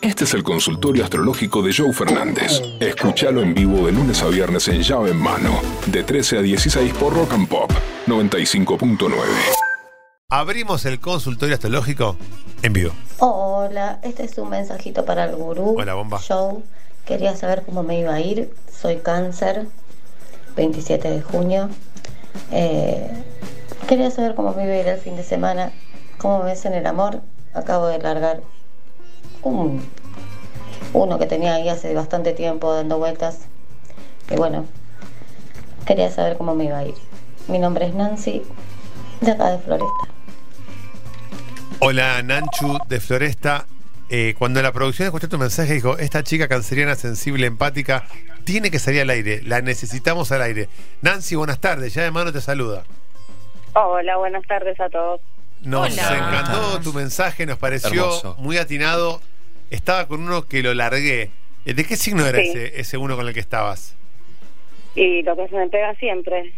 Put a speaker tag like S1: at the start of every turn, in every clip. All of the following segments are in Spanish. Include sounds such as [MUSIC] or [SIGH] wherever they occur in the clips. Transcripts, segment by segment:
S1: Este es el consultorio astrológico de Joe Fernández. Escúchalo en vivo de lunes a viernes en llave en mano, de 13 a 16 por Rock and Pop 95.9.
S2: Abrimos el consultorio astrológico en vivo.
S3: Hola, este es un mensajito para el gurú.
S2: Hola, bomba.
S3: Show. Quería saber cómo me iba a ir. Soy cáncer, 27 de junio. Eh, quería saber cómo me iba a ir el fin de semana, cómo me ves en el amor. Acabo de largar un, uno que tenía ahí hace bastante tiempo dando vueltas. Y bueno, quería saber cómo me iba a ir. Mi nombre es Nancy, de acá de Floresta.
S2: Hola, Nanchu de Floresta. Eh, cuando la producción escuchó tu mensaje, dijo: Esta chica canceriana, sensible, empática, tiene que salir al aire. La necesitamos al aire. Nancy, buenas tardes. Ya de mano te saluda.
S4: Hola, buenas tardes a todos.
S2: Nos
S5: Hola.
S2: encantó tu mensaje, nos pareció
S6: Hermoso.
S2: muy atinado. Estaba con uno que lo largué. Eh, ¿De qué signo era
S4: Sí.
S2: ese, ese uno con el que estabas?
S4: Y lo que se me pega
S5: [LAUGHS]
S4: siempre,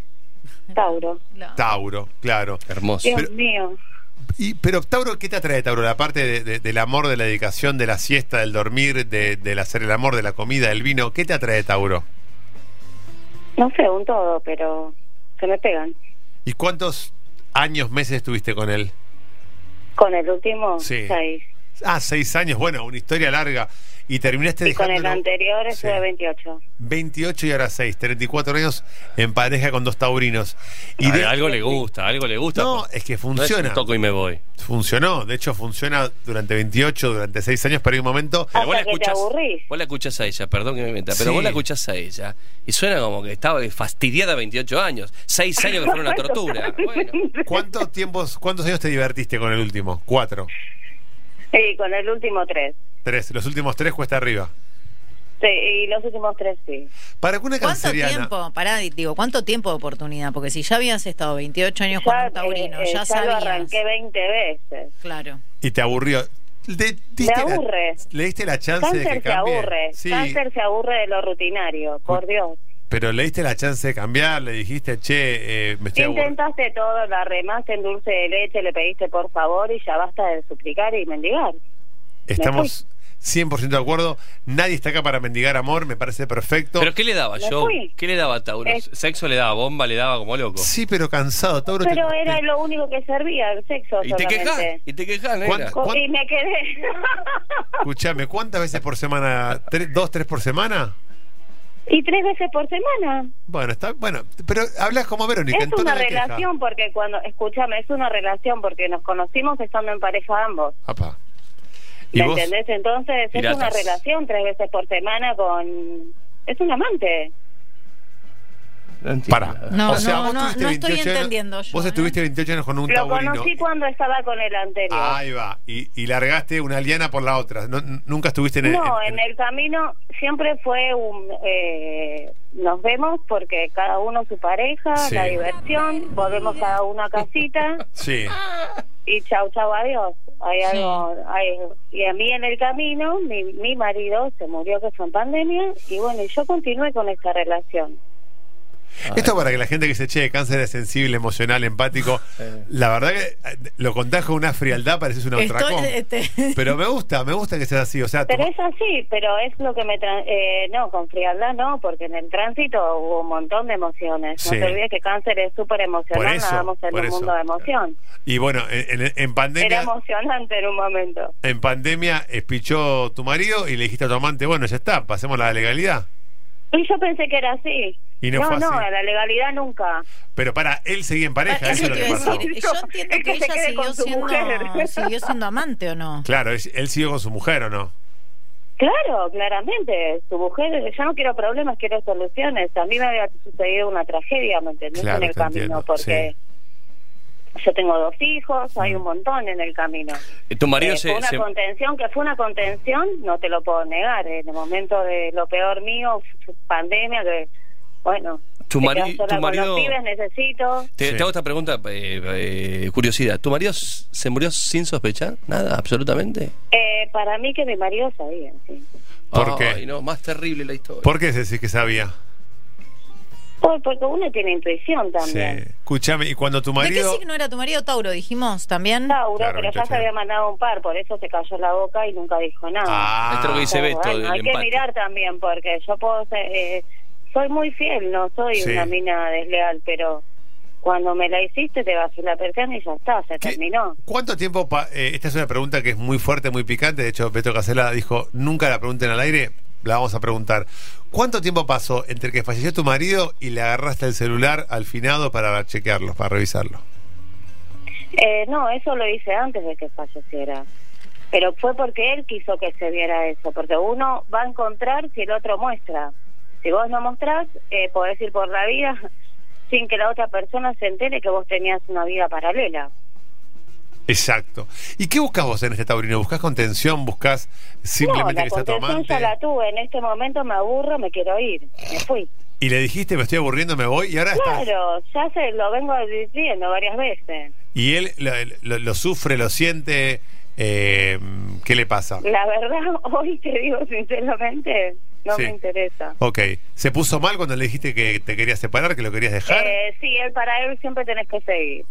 S4: Tauro.
S5: La-
S2: Tauro, claro.
S6: Hermoso.
S4: Dios
S2: Pero-
S4: mío.
S2: Y, pero Tauro, ¿qué te atrae Tauro? La parte de- de- del amor, de la dedicación, de la siesta, del dormir, de- del hacer el amor, de la comida, del vino. ¿Qué te atrae Tauro?
S4: No sé, un todo, pero se me pegan.
S2: ¿Y cuántos años, meses estuviste con él?
S4: Con el último,
S2: Sí.
S4: seis.
S2: Ah, seis años. Bueno, una historia larga. Y terminaste
S4: Y con el
S2: dejándolo-
S4: anterior
S2: Sí.
S4: estuve 28.
S2: 28 y ahora 6, 34 años en pareja con dos taurinos. Y
S6: Y
S2: de-
S6: algo le gusta, algo le gusta. pues.
S2: No, es que
S6: No es un
S2: funciona.
S6: toco y me voy.
S2: Funcionó, de hecho funciona durante 28, durante 6 años, pero hay un momento...
S4: Hasta que te aburrís.
S6: vos la escuchás a ella, perdón que me meta, pero
S2: Sí.
S6: vos la escuchás a ella y suena como que estaba fastidiada 28 años, 6 años que fueron
S4: [LAUGHS]
S6: una tortura. Bueno,
S2: ¿Cuántos tiempos, cuántos años te divertiste con el último? Cuatro.
S4: Y con el último tres.
S2: Tres. Los últimos tres cuesta arriba.
S4: Sí, y los últimos tres sí.
S2: Para que una [LAUGHS]
S5: ¿Cuánto
S2: canceriana...
S5: tiempo? Pará, di- digo, ¿cuánto tiempo de oportunidad? Porque si ya habías estado 28 años con
S4: Ya,
S5: un Ah, taurino,
S4: eh, eh,
S5: ya
S4: ya lo
S5: sabías.
S4: arranqué 20 veces.
S5: Claro.
S2: Y te aburrió. Le,
S4: Me
S2: diste la-
S4: aburre.
S2: le diste la chance de que
S4: Cáncer se
S2: cambie.
S4: aburre.
S2: Sí,
S4: Cáncer se aburre de lo rutinario, por Dios.
S2: pero le diste la chance de cambiar, le dijiste, che, eh, me estoy aburriendo.
S4: Intentaste todo, la remaste en dulce de leche, le pediste por favor y ya basta de suplicar y mendigar.
S2: Estamos 100% de acuerdo. Nadie está acá para mendigar amor, me parece perfecto.
S6: ¿pero qué le daba
S4: Me
S6: yo?
S4: fui.
S6: ¿Qué le daba a Tauro?
S4: Es-
S6: ¿Sexo le daba? ¿Bomba le daba como loco?
S2: Sí, pero cansado. Tauro, te-
S4: Pero era
S2: te-
S4: lo único que servía, el sexo
S6: Y te quejas,
S4: solamente.
S6: y te quejas, negra.
S2: ¿Cuánto?
S4: Co- Y me quedé. [LAUGHS]
S2: Escuchame, ¿cuántas veces por semana? ¿Tres- ¿Dos, tres por semana?
S4: y tres veces por semana.
S2: Bueno, está bueno, pero hablas como Verónica. en
S4: Es
S2: tono
S4: una
S2: de queja.
S4: relación porque cuando, escúchame, es una relación porque nos conocimos estando en pareja ambos.
S2: Apa. ¿Y
S4: ¿Me
S2: vos?
S4: entendés? Entonces es una
S6: Piratas.
S4: relación tres veces por semana con... Es un amante.
S2: Pará.
S5: No,
S2: o sea,
S5: no,
S2: vos
S5: no,
S2: tuviste
S5: no estoy
S2: 28 años-
S5: entendiendo yo,
S2: Vos
S5: ¿eh?
S2: estuviste 28 años con un Ah,
S4: Lo
S2: taurino.
S4: conocí cuando estaba con el anterior.
S2: Ahí va. Y, y largaste una liana por la otra. No- n- nunca estuviste en el.
S4: No, en el camino siempre fue un... eh, nos vemos porque cada uno su pareja,
S2: Sí.
S4: la diversión, volvemos cada uno
S2: [LAUGHS]
S4: a casita
S2: Sí.
S4: Ah. y chau, chau, adiós. Hay
S5: Sí.
S4: algo, hay- y a mí en el camino, mi, mi marido se murió que fue en pandemia y bueno, y yo continué con esta relación.
S2: Esto para que la gente que se che, cáncer es sensible, emocional,
S4: [LAUGHS]
S2: empático. La verdad que eh, lo contás con una frialdad, pareces un
S5: Estoy,
S2: atracón.
S5: este,
S2: Pero me gusta, me gusta que seas así. O sea,
S4: Pero
S2: toma-
S4: es así, pero es lo que me... tra- eh, no, con frialdad no, porque en el tránsito hubo un montón de emociones.
S2: Sí.
S4: No te olvides que cáncer es súper
S2: Por
S4: emocional,
S2: eso,
S4: nadamos en
S2: por
S4: un
S2: eso.
S4: mundo de emoción.
S2: y bueno, en, en- en
S4: Era
S2: pandemia.
S4: emocionante en un momento.
S2: En pandemia espichó tu marido y le dijiste a tu amante, bueno, ya está, pasemos a la legalidad.
S4: Y yo pensé que era así.
S2: Y no
S4: no,
S2: fue así.
S4: no, la legalidad nunca.
S2: Pero para, él seguía en
S5: [LAUGHS]
S2: pareja,
S5: pará,
S2: eso es
S5: eso
S2: lo
S5: te
S2: que
S5: iba
S2: pasó.
S5: a decir. Yo entiendo
S4: Es
S5: que
S4: que se
S5: ella
S4: quede
S5: siguió
S4: con su
S5: siendo,
S4: mujer. [LAUGHS]
S5: siguió siendo amante o no.
S2: Claro, es- él siguió con su mujer o no.
S4: Claro, claramente. Su mujer, yo no quiero problemas, quiero soluciones. A mí me había sucedido una tragedia, ¿me entendés?
S2: Claro,
S4: en el
S2: te
S4: camino,
S2: entiendo,
S4: porque yo tengo dos hijos,
S2: Mm.
S4: hay un montón en el camino.
S6: Tu marido
S4: Eh, fue
S6: se,
S4: una
S6: se-
S4: contención, que fue una contención, no te lo puedo negar. eh, En el momento de lo peor mío, f- pandemia, que, bueno,
S6: Tu
S4: te
S6: mari-
S4: quedas sola
S6: tu
S4: con
S6: marido-
S4: los pibes, necesito.
S6: te,
S2: Sí.
S6: te hago esta pregunta, eh, eh, curiosidad. ¿Tu marido s- se murió sin sospechar? Nada, absolutamente.
S4: Eh, para mí que mi marido sabía, sí.
S2: ¿Por
S6: Ay,
S2: qué?
S6: no, más terrible la historia.
S2: ¿Por qué decís que sabía?
S4: Por- porque uno tiene intuición también.
S2: Sí. Escúchame, y cuando tu
S5: ¿De qué
S2: marido.
S5: signo era tu marido? Tauro, dijimos también.
S4: Tauro,
S2: Claro,
S4: pero ya
S2: muchacha.
S4: se había mandado un par, por eso se cayó la boca y nunca dijo nada.
S2: Ah,
S6: Esto es lo que dice
S4: Pero
S6: Beto,
S4: bueno,
S6: del
S4: hay que
S6: empate.
S4: mirar también, porque yo puedo ser, eh, soy muy fiel, no soy
S2: Sí.
S4: una mina desleal, pero cuando me la hiciste te bajé la persiana y ya está, se
S2: ¿Qué-
S4: terminó.
S2: ¿Cuánto tiempo? pa- eh, esta es una pregunta que es muy fuerte, muy picante. De hecho, Beto Casela dijo: nunca la pregunten al aire. La vamos a preguntar. ¿Cuánto tiempo pasó entre que falleció tu marido y le agarraste el celular al finado para chequearlo, para revisarlo?
S4: Eh, no, eso lo hice antes de que falleciera. Pero fue porque él quiso que se viera eso, porque uno va a encontrar si el otro muestra. Si vos no mostrás, eh, podés ir por la vida [LAUGHS] sin que la otra persona se entere que vos tenías una vida paralela.
S2: Exacto. ¿Y qué buscas vos en este taurino? ¿Buscas contención? ¿Buscas simplemente
S4: no,
S2: que
S4: la
S2: está tu
S4: contención
S2: amante?
S4: ya la tuve. En este momento me aburro, me quiero ir. Me fui.
S2: Y le dijiste, me estoy aburriendo, me voy. Y ahora estás.
S4: Claro, ya se lo vengo diciendo varias veces.
S2: Y él lo, lo- lo sufre, lo siente. eh, ¿Qué le pasa?
S4: La verdad, [LAUGHS] hoy te digo sinceramente, no
S2: Sí.
S4: me interesa.
S2: Ok. ¿Se puso mal cuando le dijiste que te querías separar, que lo querías dejar?
S4: Eh, sí, él para él siempre tenés que seguir.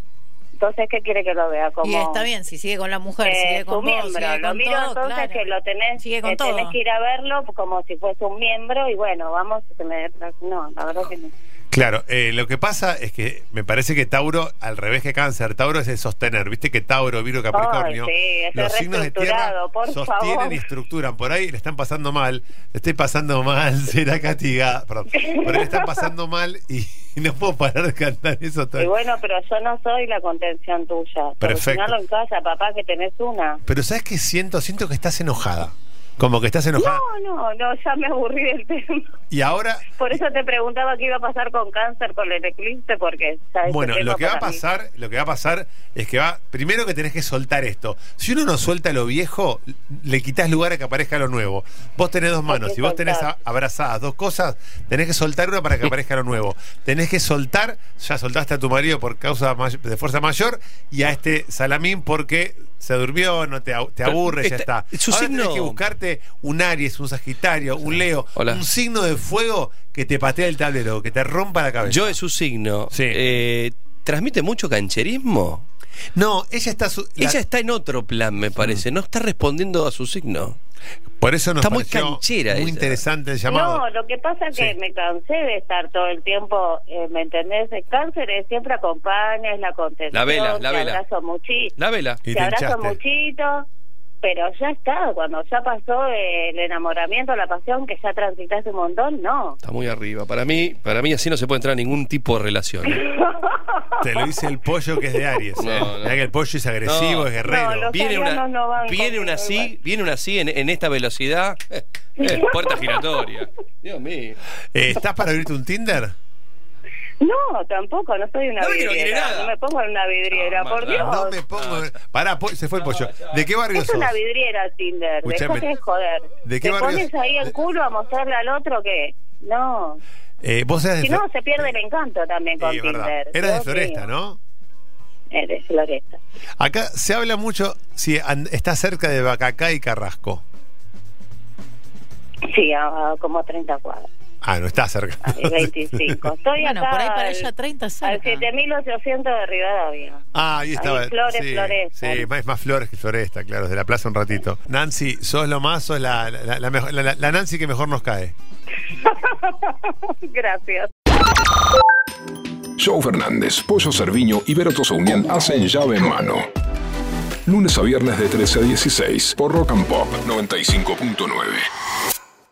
S4: Entonces, ¿qué quiere que lo vea? Como,
S5: Y está bien, si sigue con la mujer,
S4: eh,
S5: sigue
S4: su
S5: con vos,
S4: miembro,
S5: sigue
S4: lo
S5: con
S4: miro
S5: todo,
S4: entonces
S5: claro.
S4: que lo tenés,
S5: Sigue con
S4: eh,
S5: todo.
S4: tenés que ir a verlo como si fuese un miembro y bueno, vamos, se me- no, la verdad que no.
S2: Claro, eh, lo que pasa es que me parece que Tauro, al revés que Cáncer, Tauro es el sostener. Viste que Tauro, Virgo, Capricornio,
S4: Ay, sí, ese
S2: los signos de tierra
S4: reestructurado, por
S2: sostienen
S4: favor.
S2: y estructuran. Por ahí le están pasando mal, le estoy pasando mal, [LAUGHS] será castigada. Perdón, por ahí le están pasando mal y, [LAUGHS] no puedo parar de cantar eso todo.
S4: Y
S2: el-
S4: bueno, pero yo no soy la contención tuya.
S2: Perfecto.
S4: Solucionalo en casa, papá, que tenés una.
S2: Pero ¿sabes qué siento? Siento que estás enojada. Como que estás enojada.
S4: No, no, no, ya me aburrí del tema. [LAUGHS]
S2: Y ahora,
S4: Por eso te preguntaba qué iba a pasar con cáncer, con el eclipse, porque... ya ese
S2: Bueno,
S4: este tema
S2: lo que va a
S4: para mí.
S2: pasar, lo que va a pasar es que va, primero que tenés que soltar esto. Si uno no suelta lo viejo, le quitas lugar a que aparezca lo nuevo. Vos tenés dos manos,
S4: que
S2: si vos tenés
S4: soltar.
S2: a- abrazadas dos cosas, tenés que soltar una para que aparezca lo nuevo. Tenés que soltar, ya soltaste a tu marido por causa may- de fuerza mayor y a este Salamín porque se durmió, no te, au- te
S6: Pero
S2: aburre, ya
S6: está-
S2: está.
S6: su
S2: Ahora
S6: signo-
S2: tenés que buscarte un Aries, un Sagitario, un Leo,
S6: Hola.
S2: un signo de fuego que te patea el tablero, que te rompa la cabeza.
S6: Yo es su signo.
S2: Sí.
S6: Eh, ¿Transmite mucho cancherismo?
S2: No, ella está. Su, la-
S6: Ella está en otro plan, me parece. No está respondiendo a su signo.
S2: Por eso nos
S6: Está muy
S2: pareció
S6: canchera
S2: muy
S6: ella.
S2: interesante el llamado.
S4: No, lo que pasa es que
S2: Sí.
S4: me cansé de estar todo el tiempo, eh, ¿me entendés? El cáncer es siempre acompaña, es la contención,
S6: La vela, la
S4: te
S6: vela.
S4: abrazo muchito,
S6: La vela.
S2: Y
S4: te,
S2: te
S4: abrazo
S2: hinchaste.
S4: muchito, pero ya está, cuando ya pasó eh, el enamoramiento, la pasión, que ya transitaste un montón, no.
S6: Está muy arriba. Para mí, para mí así no se puede entrar en ningún tipo de relación.
S2: Te lo dice el pollo que es de Aries.
S6: No,
S2: eh.
S6: no.
S2: Mirá que el pollo es agresivo,
S6: No.
S2: es guerrero.
S4: No, lo-
S6: Viene una,
S4: italianos no van
S6: viene
S4: conmigo
S6: una así,
S4: igual.
S6: viene una así en, en
S4: [LAUGHS]
S6: esta velocidad. [LAUGHS] Eh, puerta giratoria. Dios mío.
S2: Eh, ¿Estás para abrirte un Tinder?
S4: No, tampoco, no soy una
S6: No me quiero ni
S4: vidriera,
S6: nada.
S4: no me pongo en una vidriera,
S6: No,
S4: por
S6: Marta,
S4: Dios.
S2: No me pongo. Pará, po- se fue el pollo. ¿De qué barrio
S4: Es
S2: sos?
S4: una vidriera Tinder,
S2: Escuchame.
S4: dejate de joder.
S2: ¿De qué
S4: Te
S2: barrio
S4: pones
S2: es?
S4: ahí
S2: De-
S4: el culo a mostrarle al otro que... No.
S2: Eh, vos eras de
S4: Si no,
S2: Flo-
S4: se pierde el encanto también con
S2: Eh, verdad.
S4: Tinder.
S2: Eras de
S4: Dios
S2: Floresta,
S4: mío.
S2: ¿no?
S4: Eh, de Floresta.
S2: Acá se habla mucho si and- está cerca de Bacacá y Carrasco.
S4: Sí, a, a como 30 cuadras,
S2: Ah, no está cerca. [LAUGHS]
S4: a 25. Estoy
S5: Bueno,
S4: acá
S5: por ahí para
S4: al-
S5: ella 30
S4: Al
S5: cerca.
S4: 7800 de Rivadavia. [LAUGHS]
S2: Ah, ahí estaba.
S4: Ahí Flores,
S2: sí,
S4: Floresta.
S2: sí, más, más flores que floresta, claro, desde la plaza un ratito. Nancy, sos lo más, sos la, la, la mejor- la- la Nancy que mejor nos cae.
S4: Gracias.
S1: Joe Fernández, Pollo Cerviño y Vero Unión hacen llave en mano. Lunes a viernes de 13 a 16 por Rock and Pop 95.9.